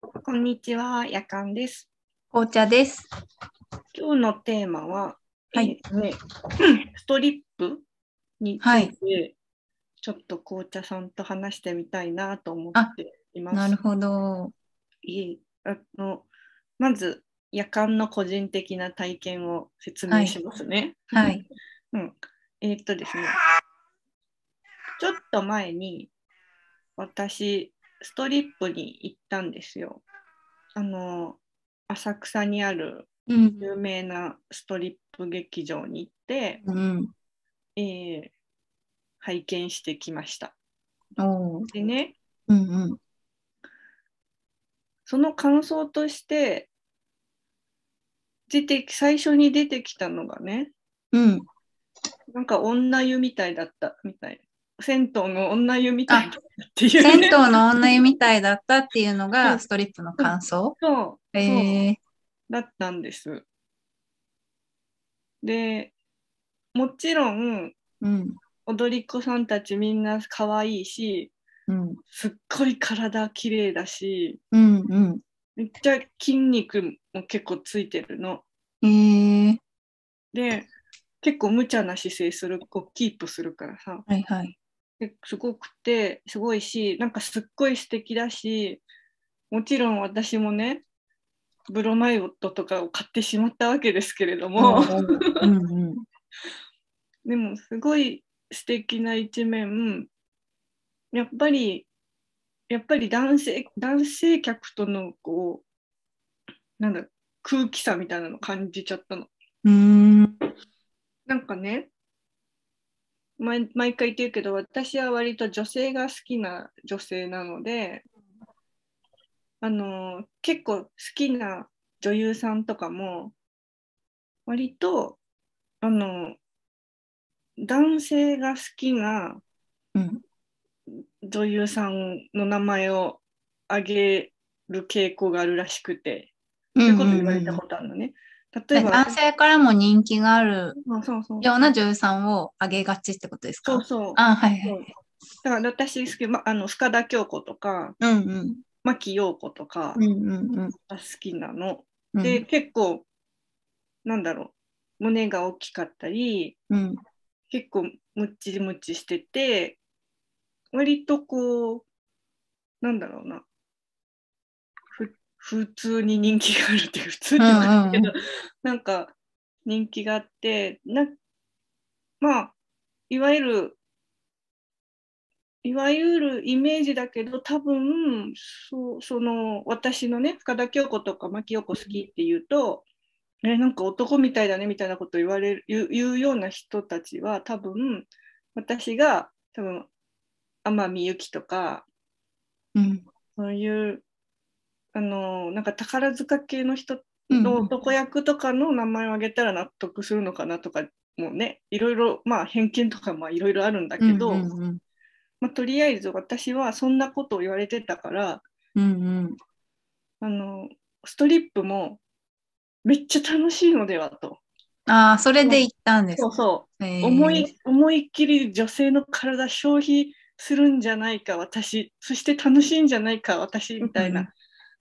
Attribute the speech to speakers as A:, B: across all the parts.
A: こんにちは、やかんです。
B: 紅茶です。
A: 今日のテーマは、
B: はい
A: えーね、 ストリップについて、ちょっと紅茶さんと話してみたいなと思っています。
B: なるほど。
A: いいあのまず、夜間の個人的な体験を説明しますね。
B: はい。
A: うん、えーっとですね、ちょっと前に私、ストリップに行ったんですよ。あの、浅草にある
B: うん。
A: 有名なストリップ劇場に行って、
B: うん。
A: えー拝見してきました。
B: おー
A: でね、
B: うんうん。
A: その感想として、出てき最初に出てきたのがね、
B: うん。
A: なんか女湯みたいだったみたい。銭湯の女湯みたいだったっていう、ね。
B: 銭湯の女湯みたいだったっていうの
A: うん
B: がストリップの感想。
A: そう、
B: ええ
A: だったんです。で、もちろん
B: うん。
A: 踊り子さんたちみんな可愛いし、
B: うん。
A: すっごい体綺麗だし、
B: うんうん。
A: めっちゃ筋肉も結構ついてるの。
B: ええ
A: で、結構無茶な姿勢する、こうキープするからさ、
B: はいはい。
A: ですごくて、すごいし、なんかすっごい素敵だし、もちろん私もね、ブロマイドとかを買ってしまったわけですけれども、
B: うんうん。
A: でもすごい素敵な一面やっぱりやっぱり男性男性客とのこうなんだ空気差みたいなの感じちゃったの。
B: うーん。
A: なんかね毎毎回言ってるけど私は割と女性が好きな女性なのであの結構好きな女優さんとかも割とあの男性が好きな
B: うん。
A: 女優さんの名前を挙げる傾向があるらしくて、
B: う
A: そうんいうこと
B: う
A: 言われ
B: ん
A: た
B: うん
A: ことあるのね。例えば、
B: 男性からも人気がある
A: あそうそう
B: ような女優さんをあげがちってことです
A: そう
B: か
A: そう。
B: あ、はいは
A: そ。
B: いう
A: だから私好き、ま、あの深田恭子とか
B: うんうん。
A: 牧陽子とか
B: うんうんうん
A: が好きなの。
B: うん。
A: で、結構なんだろう胸が大きかったり
B: うん、
A: 結構ムチムチしてて割とこうなんだろうなふ普通に人気があるっていう普通ではないけど、
B: うんう
A: なんか人気があってなまあいわゆるいわゆるイメージだけど多分そうその私のね深田恭子とか牧陽子好きっていうと、えなんか男みたいだねみたいなこと言われる言う言うような人たちは多分私が多分天海祐希とか
B: うん。
A: そういうあのなんか宝塚系の人
B: うん
A: の男役とかの名前を挙げたら納得するのかなとかもうねいろいろまあ偏見とかまあいろいろあるんだけど、
B: うんうん
A: まあ、とりあえず私はそんなことを言われてたから
B: うんうん
A: あのストリップもめっちゃ楽しいのではと
B: うん、ああ、それで行ったんです。
A: そうそ
B: へ
A: う
B: ー
A: 思い思いっきり女性の体消費するんじゃないか私そして楽しいんじゃないか私みたいな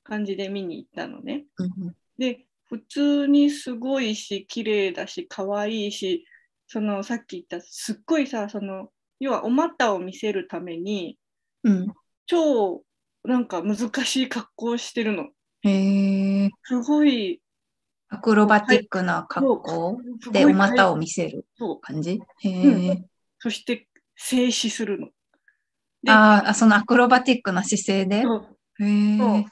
A: 感じで見に行ったのね。
B: うん
A: で普通にすごいし綺麗だし可愛いしそのさっき言ったすっごいさその要はお股を見せるために
B: うん。
A: 超なんか難しい格好をしてるの
B: うん、へえ。
A: すごい
B: アクロバティックな格好
A: すごい
B: でお股を見せる
A: そう
B: 感じへ
A: う
B: え。
A: そして静止するので
B: あーあ、そのアクロバティックな姿勢で。
A: そう
B: へ
A: そう
B: え。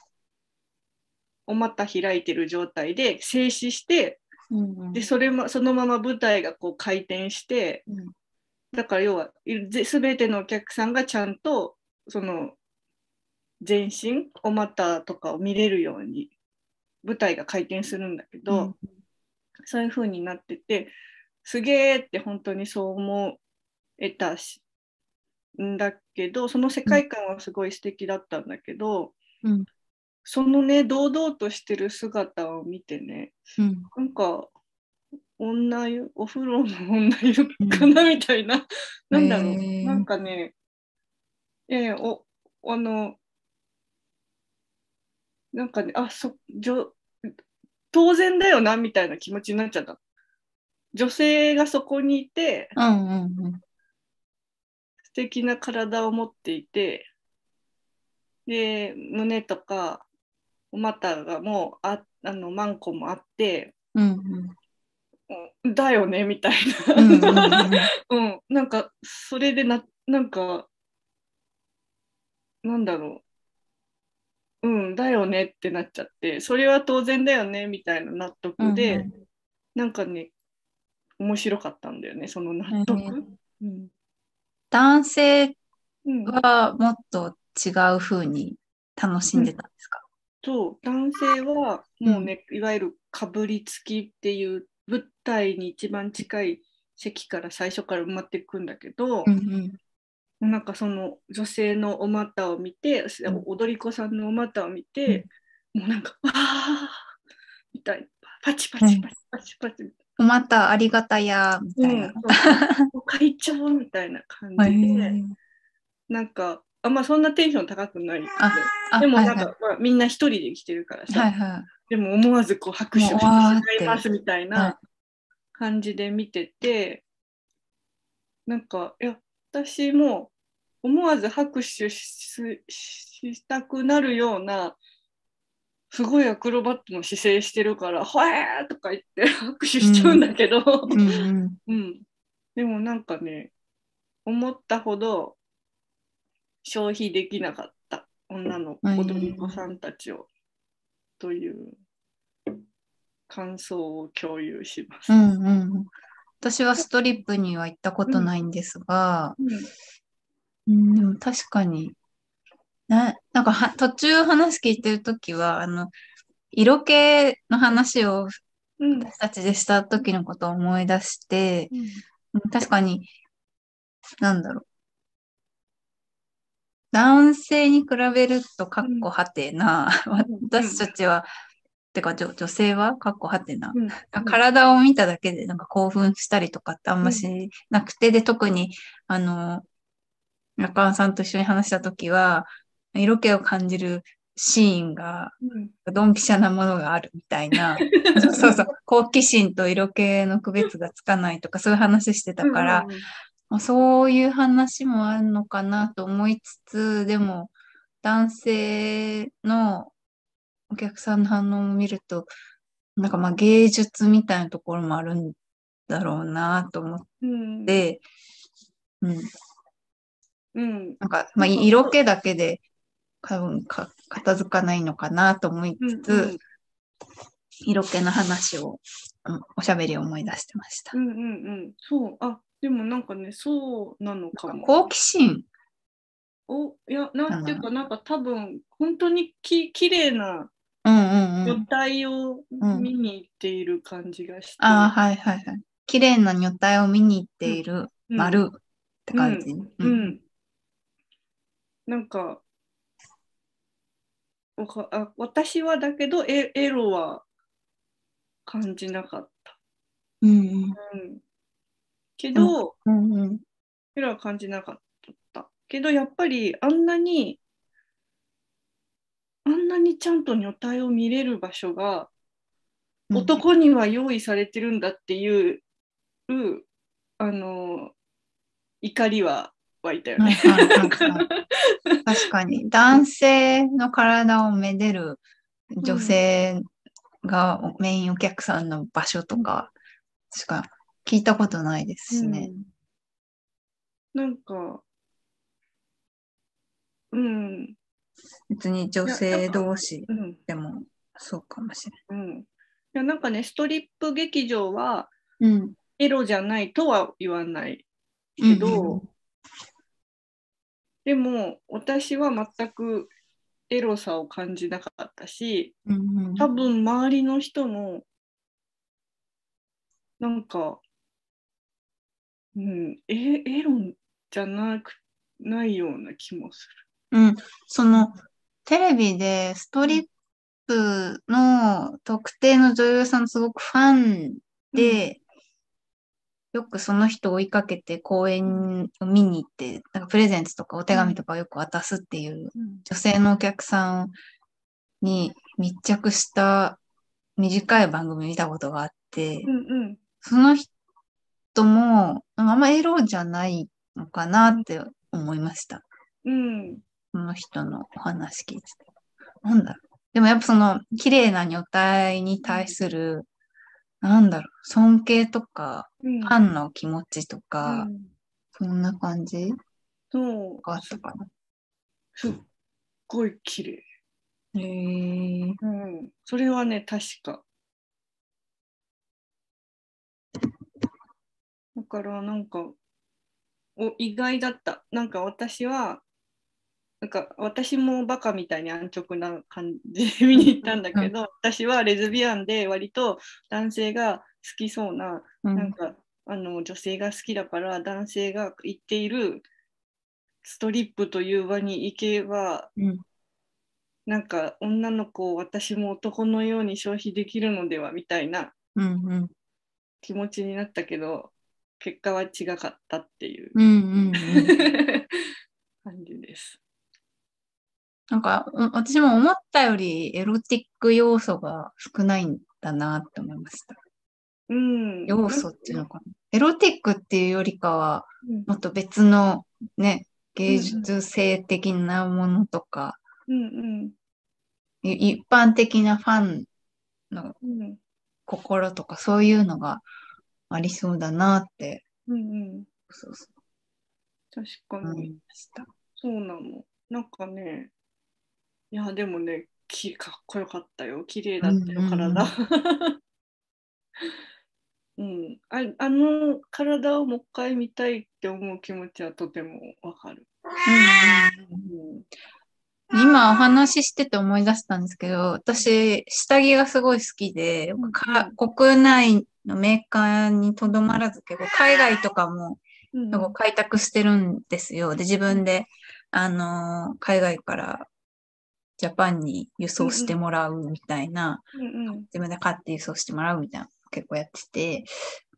A: お股開いてる状態で静止して
B: うんうん
A: でそれもそのまま舞台がこう回転して
B: うん
A: だから要はすべてのお客さんがちゃんとその全身お股とかを見れるように舞台が回転するんだけど、そういう風になっててすげーって本当にそう思えたしんだけどその世界観はすごい素敵だったんだけど、
B: うん
A: そのね堂々としてる姿を見てね
B: うん
A: なんか女湯お風呂の女湯かなみたいな、なんだろ
B: へ
A: う
B: ー
A: なんかねええおあのなんかね、あ、そ、じょ当然だよな、みたいな気持ちになっちゃった。女性がそこにいて、
B: うんうんうん。
A: 素敵な体を持っていて、で、胸とか、お股がもう、あ、あの、マンコもあって、
B: うん
A: うんだよね、みたい
B: うん。うんうんう
A: な。
B: ん
A: うん、なんか、それでな、なんか、なんだろう。うん、だよねってなっちゃって、それは当然だよね、みたいな納
B: うん
A: 得で、なんかね、面白かったんだよね、その納得。うん。
B: 男性
A: うん、
B: はもっと違う風に楽しんでたんですか、
A: と、男性は、もうね、いわゆるかぶりつきっていう、舞台に一番近い席から最初から埋まっていくんだけど、
B: うん
A: なんかその女性のお股を見て、
B: ん
A: 踊り子さんのお股を見て、もうなんか、わあみたいな、パチパチパチパチパチみ
B: おまたありがたや、み
A: た
B: た
A: い
B: い
A: な
B: な。、
A: お会長みたいな感
B: へ
A: じで、
B: ー
A: なんか、あんまそんなテンション高くないんで、
B: あ
A: でもなん
B: はい
A: か、ほらみんな一人で来てるからさ、
B: はい、はいはい
A: でも思わずこう拍手を
B: も
A: して
B: う
A: し
B: わー
A: ま
B: って
A: いますみたい
B: は
A: な感じで見てて、なんかいや私も思わず拍手しししたくなるようなすごいアクロバットの姿勢してるから「ほえー!」とか言って拍手しちゃうんだけど、
B: うんうん
A: うん、でもなんかね思ったほど消費できなかった女の
B: うん
A: 踊り子さんたちをという感想を共有します。
B: うんうんうん私はストリップには行ったことないんですが、うん、でも確かに、ななんかは途中話聞いてるときは、あの、色気の話を
A: うん
B: 私たちでした時のことを思い出して、うん確かに、なんだろう。男性に比べると、かっこはてな、私たちは、てか女女性は、かっこはてな、
A: うん
B: 体を見ただけでなんか興奮したりとかってあんましなくて、で、特に、あの、中尾さんと一緒に話した時は、色気を感じるシーンが、
A: うん
B: ドンピシャなものがあるみた いな、そうそうそう、好奇心と色気の区別がつかないとか、そういう話してたから、
A: うん
B: まあそういう話もあるのかなと思いつつ、でも男性のお客さんの反応を見ると、なんかまあ芸術みたいなところもあるんだろうなと思っ
A: うん、
B: て、うん、
A: うん、
B: なんかまあ
A: そう
B: 色気だけで多分か片付かないのかなと思い
A: うん
B: つつ、色気の話を、うんおしゃべりを思い出してました
A: う。んうんうんそうあでもなんかねそうなのかも。
B: 好奇心
A: おいやなんていうかなんか多分本当にき綺麗な
B: うんうんう
A: 女
B: ん。
A: 体を
B: うん
A: 見に行っている感じがして、
B: ああ、はいはいはい。綺麗な女体を見に行っている。
A: うん
B: 丸って感じ。
A: う
B: うん
A: ん。なんか、わかあ私はだけどエ、エロは感じなかった。
B: うん
A: うん、けど、
B: うんうん
A: エロは感じなかった。けど、やっぱりあんなに、あんなにちゃんと女体を見れる場所が、
B: うん
A: 男には用意されてるんだっていう、あの、怒りは湧いたよ
B: はい
A: ね。
B: はいは いはい確かに男性の体をめでる女性がメインお客さんの場所とかしか聞いたことないですしね。
A: うんなんか、うん、
B: 別に女性同士
A: うん、
B: でもそうかもしれ
A: うん。いや、なんかね、ストリップ劇場は
B: ない。うん
A: エロじゃないとは言わないけど、
B: うんうん
A: でも、私は全くエロさを感じなかったし、
B: うんうん
A: 多分周りの人も、なんか、うん、えエロじゃなくないような気もす
B: うん、そのテレビでストリップの特定の女優さんのすごくファンで、よくその人を追いかけて公演を見に行って、なんかプレゼンツとかお手紙とかをよく渡すっていう
A: る。
B: 女性のお客さんに密着した短い番組見たことがあって、
A: うんうん
B: その人も、なんかあんまエロじゃないのかなって思いました。
A: うん
B: その人のお話聞いてて。なんだろう。でもやっぱその、綺麗な女体に対する、なんだろう、尊敬とか、
A: うん
B: ファンの気持ちと
A: う
B: か、
A: ん
B: そんな感じ
A: そう
B: があったかな。
A: すっごい綺麗
B: へえ
A: うんそれはね確かだからなんかお意外だったなんか私はなんか私もバカみたいに安直な感じで見に行ったんだけど私はレズビアンで割と男性が好きそうなな
B: う
A: ん
B: ん。
A: かあの女性が好きだから男性が行っているストリップという場に行けば
B: うん。
A: なんか女の子を私も男のように消費できるのではみたいな
B: うん。うん。
A: 気持ちになったけど結果は違かったって いう
B: うん。うん。うん。
A: 感じです。
B: なんか、お私も思ったよりエロティック要素が少ないんだなって思いました。
A: うん、
B: 要素っていうのかな。エロティックっていうよりかは、
A: うん
B: もっと別のね、芸術性的なものとか、
A: うん
B: い一般的なファンの
A: うんうん
B: 心とかそういうのがありそうだなって、
A: うんうん
B: そうそう
A: 確か
B: 思
A: に、
B: いました。
A: そうなのなんかねいやでもねきかっこよかったよ綺麗だったよ、
B: うんうんうん
A: 体。 うん、ああの体をもう一回見たいって思う気持ちはとてもわかる。うん
B: 今お話ししてて思い出したんですけど、私、下着がすごい好きで、
A: うん
B: か国内のメーカーにとどまらず結構海外とかも
A: うん
B: 結構開拓してるんですよ。で、自分で、あのー海外からジャパンに輸送してもらうみたいな、
A: うんうん
B: 自分で買って輸送してもらうみたいなの結構やってて、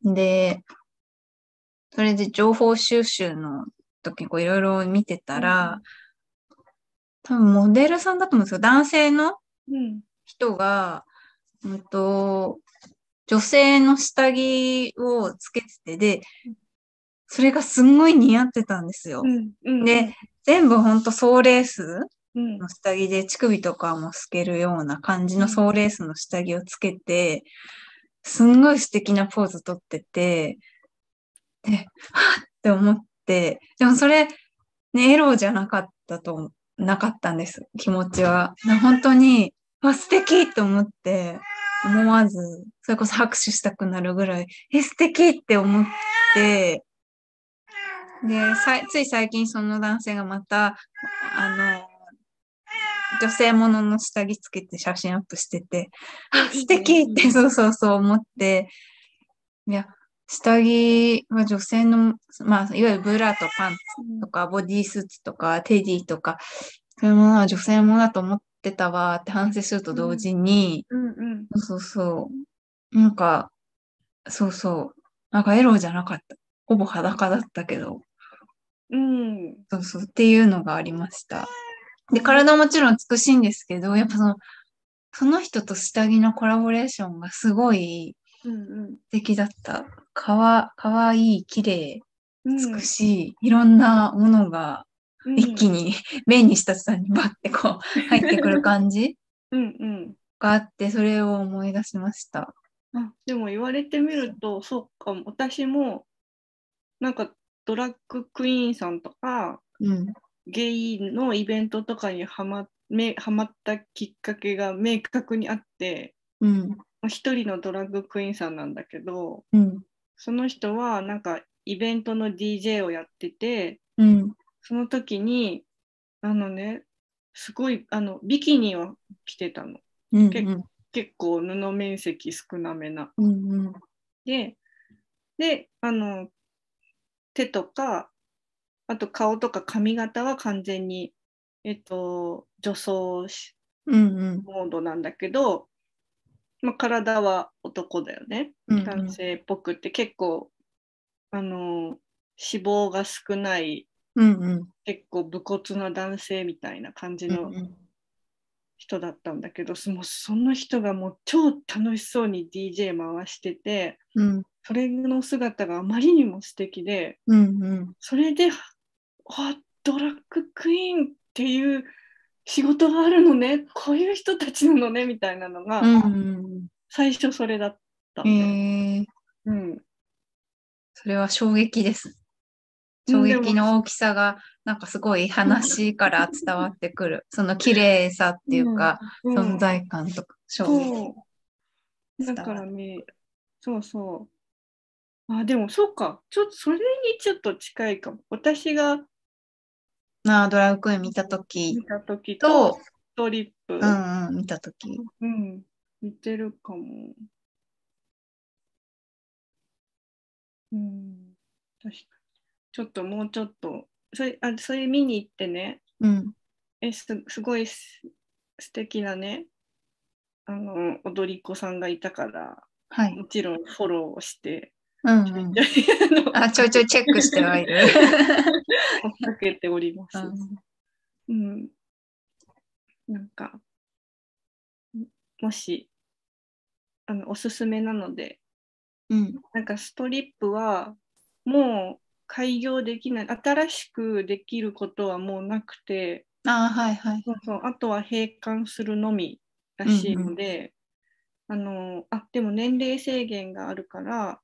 B: で、それで情報収集の時にこういろいろ見てたら、多分モデルさんだと思うんですよ。男性の
A: うん
B: 人が、うんと、女性の下着をつけてて、で、それがすんごい似合ってたんですよ。
A: うんうん
B: で、全部ほんとソーレース
A: うん
B: の下着で、乳首とかも透けるような感じのソーレースの下着をつけて、すんごい素敵なポーズとってて、で、はっって思って、でもそれ、ね、エロじゃなかったと思、なかったんです、気持ちは。な本当に、あ、素敵と思って、思わず、それこそ拍手したくなるぐらい、え、素敵って思って、で、さいつい最近その男性がまた、あの、女性ものの下着つけて写真アップしてて、あ、素敵って、そうそうそう思って、いや、下着は女性の、まあ、いわゆるブラとパンツとか、ボディースーツとか、テディとか、そういうものは女性のものだと思ってたわって反省すると同時に、
A: うんうん
B: そうそう、なんか、そうそう、なんかエロじゃなかった。ほぼ裸だったけど、
A: うん
B: そうそうっていうのがありました。で、体はもちろん美しいんですけど、やっぱその、その人と下着のコラボレーションがすごい
A: うん
B: 素敵だった。かわ、かわいい、綺麗、
A: うん
B: 美しい、いろんなものが
A: うん
B: 一気に目にした途端にバッてこう入ってくる感じ
A: うんうん
B: があってそれを思い出しました。
A: あでも言われてみるとそうかも私もなんかドラッグクイーンさんとか
B: うん。
A: ゲイのイベントとかにはまめはまったきっかけが明確にあって
B: うん。
A: まあ一人のドラッグクイーンさんなんだけど
B: うん。
A: その人はなんかイベントの DJ をやってて
B: うん。
A: その時に、あのね、すごい、あの、ビキニを着てたの。
B: うん。
A: 結結構布面積少なめな。
B: うん。
A: で、で、あの、手とか、あと顔とか髪型は完全に、えっと、女装し
B: うん。うん。
A: モードなんだけど、まあ、体は男だよね。
B: うん
A: 男性っぽくって結構、あの、脂肪が少ない
B: うん。うん。
A: 結構武骨な男性みたいな感じ
B: う
A: の
B: ん。
A: 人だったんだけどそもうその人がもう超楽しそうに DJ 回してて
B: うん。
A: それの姿があまりにも素敵で
B: うん。うん。
A: それで「あドラッグクイーンっていう仕事があるのねこういう人たちなのね」みたいなのが、
B: うん。
A: 最初それだったん
B: え
A: で、
B: えー、
A: うん、
B: それは衝撃です。衝撃の大きさが、なんかすごい話から伝わってくる。その綺麗さっていうか、
A: うん
B: 存在感とか、衝撃。
A: そう。だからね、そうそう。あ、でもそうか。ちょっとそれにちょっと近いかも。私が
B: なあ、ドラァグクイーン見たとき
A: 見た時と
B: と
A: ス、トリップ、
B: うんうん、見たとき。
A: うん、似てるかも。うん、確かに。ちょっともうちょっと、それ、あ、それ見に行ってね、
B: うん。
A: え、す、すごいす素敵なね、あの、踊り子さんがいたから、
B: はい。
A: もちろんフォローして、
B: うん、
A: ちょ
B: うん
A: い。ちょいあの
B: あ、ちょいちょいチェックしてはいる。
A: 追っかけております。
B: う
A: うん。なんか、もし、あの、おすすめなので、
B: ん。
A: なんかストリップは、もう開業できない、新しくできることはもうなくて、
B: あーはいはい。
A: そうそうあとは閉館するのみらしいので、あのあでも年齢制限があるから、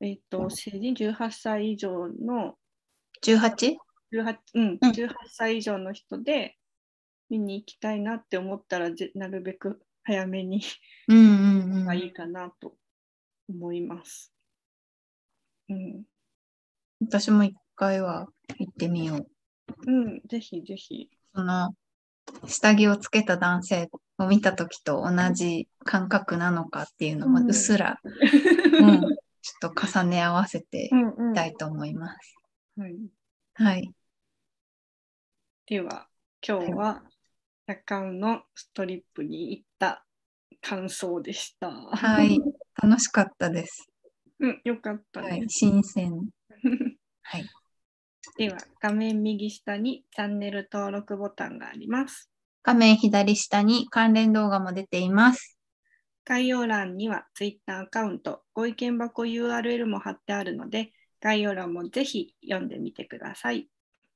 A: えっと成人18歳以上の
B: 18?
A: 18,、うん、
B: うん
A: 18歳以上の人で見に行きたいなって思ったらぜなるべく早めに
B: うんうんうん。
A: がいいかなと思います。うん、
B: 私も一回は行ってみよう。
A: うん、ぜひぜひ。
B: その、下着をつけた男性を見た時と同じ感覚なのかっていうのも
A: うん
B: うっすら、
A: う
B: うん、ちょっと重ね合わせてい
A: んうん
B: きた
A: はい
B: と思います。はい。
A: では今日は中尾のストリップに行った感想でした。
B: はい。楽しかったです。
A: うん、よかった
B: は
A: ね
B: い。。新鮮。はい。
A: では画面右下にチャンネル登録ボタンがあります。
B: 画面左下に関連動画も出ています。
A: 概要欄には Twitter アカウント、ご意見箱 URL も貼ってあるので、概要欄もぜひ読んでみてください。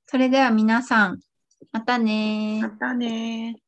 B: それでは皆さん、またねー
A: またねー